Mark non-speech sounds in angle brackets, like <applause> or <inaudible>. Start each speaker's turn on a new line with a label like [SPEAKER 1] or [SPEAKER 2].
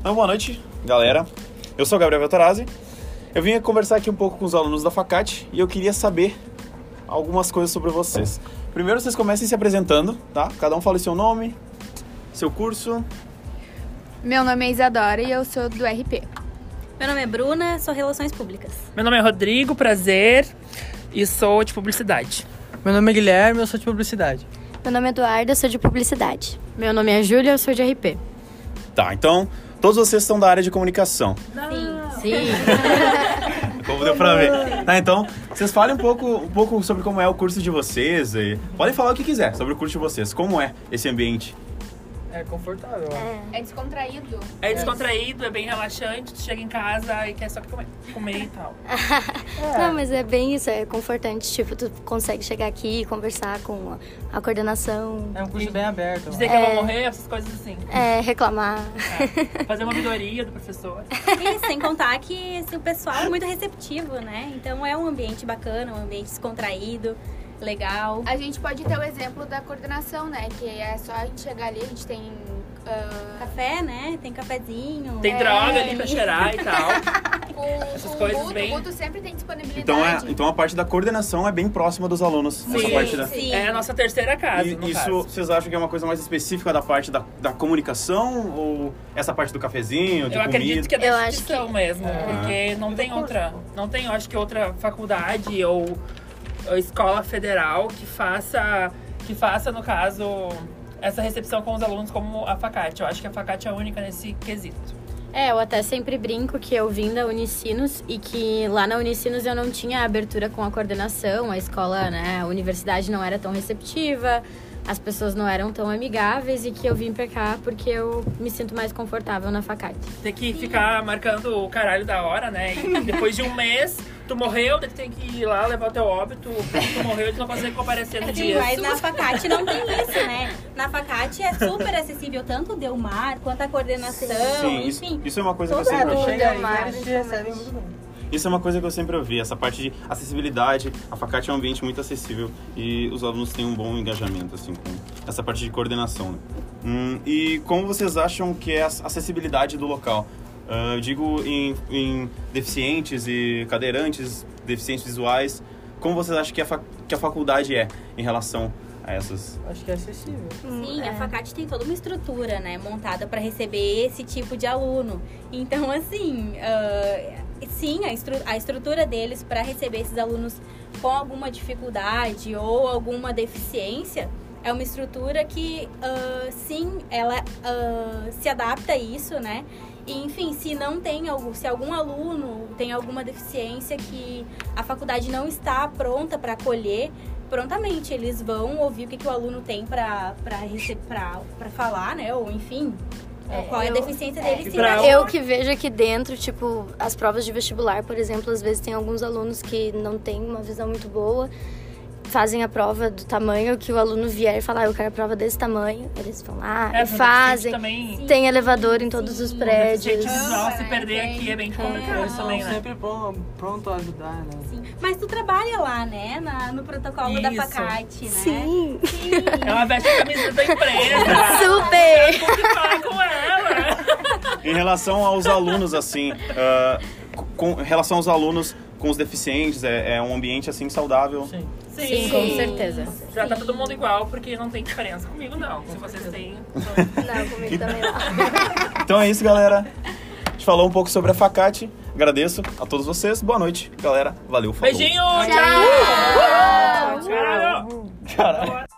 [SPEAKER 1] Então, boa noite, galera. Eu sou o Gabriel Vetorazzi. Eu vim conversar aqui um pouco com os alunos da Facate e eu queria saber algumas coisas sobre vocês. Primeiro, vocês comecem se apresentando, tá? Cada um fala o seu nome, seu curso.
[SPEAKER 2] Meu nome é Isadora e eu sou do RP.
[SPEAKER 3] Meu nome é Bruna, sou Relações Públicas.
[SPEAKER 4] Meu nome é Rodrigo, prazer, e sou de publicidade.
[SPEAKER 5] Meu nome é Guilherme, eu sou de publicidade.
[SPEAKER 6] Meu nome é Eduardo, eu sou de publicidade.
[SPEAKER 7] Meu nome é Júlia, eu sou de RP.
[SPEAKER 1] Tá, então, todos vocês são da área de comunicação.
[SPEAKER 7] Sim.
[SPEAKER 1] <laughs> Como deu pra ver. Tá, então, vocês falem um pouco, um pouco sobre como é o curso de vocês. E podem falar o que quiser sobre o curso de vocês. Como é esse ambiente?
[SPEAKER 5] É confortável.
[SPEAKER 2] É descontraído.
[SPEAKER 4] É descontraído, é bem relaxante, tu chega em casa e quer só comer, comer e tal.
[SPEAKER 6] Não, mas é bem isso, é confortante. Tipo, tu consegue chegar aqui e conversar com a coordenação,
[SPEAKER 5] É um curso bem aberto.
[SPEAKER 4] Dizer que eu vou morrer, essas coisas assim.
[SPEAKER 6] é, reclamar.
[SPEAKER 4] É. Fazer uma vidoria do professor.
[SPEAKER 3] E sem contar que assim, o pessoal é muito receptivo, né? Então é um ambiente bacana, um ambiente descontraído, legal.
[SPEAKER 2] A gente pode ter o exemplo da coordenação, né? Que é só a gente chegar ali, a gente tem. ah,
[SPEAKER 3] Café, né? Tem cafezinho.
[SPEAKER 4] Tem
[SPEAKER 2] É.
[SPEAKER 4] droga ali pra cheirar e tal.
[SPEAKER 2] o, o
[SPEAKER 4] coisas
[SPEAKER 2] Guto,
[SPEAKER 4] bem-
[SPEAKER 2] o Guto sempre tem disponibilidade.
[SPEAKER 1] Então, é, então a parte da coordenação é bem próxima dos alunos. essa parte né? da...
[SPEAKER 3] sim.
[SPEAKER 4] É a nossa terceira casa,
[SPEAKER 1] E
[SPEAKER 4] no
[SPEAKER 1] isso
[SPEAKER 4] caso.
[SPEAKER 1] vocês acham que é uma coisa mais específica da parte da, da comunicação ou essa parte do cafezinho, de comida?
[SPEAKER 4] Eu
[SPEAKER 1] Ah.
[SPEAKER 4] acredito que é
[SPEAKER 6] Eu
[SPEAKER 4] da
[SPEAKER 6] acho
[SPEAKER 4] instituição
[SPEAKER 6] que-
[SPEAKER 4] mesmo, porque não tem outra, não tem, eu acho que outra faculdade ou, ou escola federal que faça, que faça no caso essa recepção com os alunos como a Facate. Eu acho que a Facate é a única nesse quesito.
[SPEAKER 7] É, eu até sempre brinco que eu vim da Unicinos e que lá na Unicinos eu não tinha abertura com a coordenação, a escola, né, a universidade não era tão receptiva, as pessoas não eram tão amigáveis e que eu vim pra cá porque eu me sinto mais confortável na facate.
[SPEAKER 4] Tem que ficar marcando o caralho da hora, né? E depois de um mês, tu morreu, daí tu tem que ir lá levar o teu óbito, tu morreu e tu não consegue comparecer
[SPEAKER 1] é
[SPEAKER 4] no
[SPEAKER 3] Sim,
[SPEAKER 4] dia.
[SPEAKER 3] mas na facate não tem isso, né? Na facate é super acessível tanto o Delmar quanto a coordenação,
[SPEAKER 1] Sim, isso,
[SPEAKER 3] enfim.
[SPEAKER 1] isso é uma coisa que eu
[SPEAKER 3] Toda
[SPEAKER 1] sempre
[SPEAKER 3] a
[SPEAKER 1] ouvi.
[SPEAKER 5] chega
[SPEAKER 6] Tudo
[SPEAKER 5] aí, eles
[SPEAKER 6] é mais,
[SPEAKER 5] te recebem muito bem.
[SPEAKER 1] Isso é uma coisa que eu sempre ouvi, essa parte de acessibilidade. A Facate é um ambiente muito acessível e os alunos têm um bom engajamento, assim, com essa parte de coordenação. né? Hum, e como vocês acham que é a acessibilidade do local? Ah, eu digo em, em deficientes e cadeirantes, deficientes visuais. Como vocês acham que a, fa- que a faculdade é em relação a essas?
[SPEAKER 5] Acho que é acessível.
[SPEAKER 6] Uhum,
[SPEAKER 3] Sim,
[SPEAKER 6] é.
[SPEAKER 3] a Facate tem toda uma estrutura, né, montada para receber esse tipo de aluno. Então, <laughs> assim, ah, sim, a, estru- a estrutura deles para receber esses alunos com alguma dificuldade ou alguma deficiência é uma estrutura que, ah, sim, ela ah, se adapta a isso, né? E, enfim, se não tem algum, se algum aluno tem alguma deficiência que a faculdade não está pronta para acolher, prontamente eles vão ouvir o que, que o aluno tem pra, pra, rece- pra, pra falar, né? Ou enfim, qual é a
[SPEAKER 6] eu-
[SPEAKER 3] deficiência dele.
[SPEAKER 4] E
[SPEAKER 3] se
[SPEAKER 4] pra- um
[SPEAKER 3] não- é
[SPEAKER 6] Eu que vejo aqui dentro, tipo, as provas de vestibular, por exemplo, às vezes tem alguns alunos que não têm uma visão muito boa, fazem a prova do tamanho que o aluno vier e falar, "Ah, eu quero a prova desse tamanho. Eles vão lá
[SPEAKER 4] É,
[SPEAKER 6] e fazem.
[SPEAKER 4] Também,
[SPEAKER 6] Tem elevador em todos os
[SPEAKER 3] Sim.
[SPEAKER 6] prédios.
[SPEAKER 4] Gente, visual, se
[SPEAKER 2] Ah,
[SPEAKER 4] perder
[SPEAKER 2] tem.
[SPEAKER 4] aqui é bem
[SPEAKER 3] É,
[SPEAKER 4] complicado isso
[SPEAKER 5] Estão
[SPEAKER 4] também, né?
[SPEAKER 5] sempre pron- pronto a ajudar, né?
[SPEAKER 3] Sim. assim. Mas tu trabalha lá, né? Na- no protocolo da
[SPEAKER 4] Isso.
[SPEAKER 3] Facate, né?
[SPEAKER 6] Sim,
[SPEAKER 4] Ela veste a camisa da empresa.
[SPEAKER 6] <laughs> super!
[SPEAKER 4] Tem que falar com ela.
[SPEAKER 1] Em relação aos alunos, assim, ah, com, em relação aos alunos com os deficientes, é, é um ambiente assim saudável.
[SPEAKER 5] Sim.
[SPEAKER 4] Sim,
[SPEAKER 7] com certeza.
[SPEAKER 4] Já tá todo mundo igual, porque não tem diferença comigo, não. Se vocês têm.
[SPEAKER 6] Não, comigo também não.
[SPEAKER 1] Então é isso, galera. A gente falou um pouco sobre a Facate. Agradeço a todos vocês. Boa noite, galera. Valeu, falou.
[SPEAKER 4] Beijinho! Tchau! Tchau!
[SPEAKER 1] Caralho.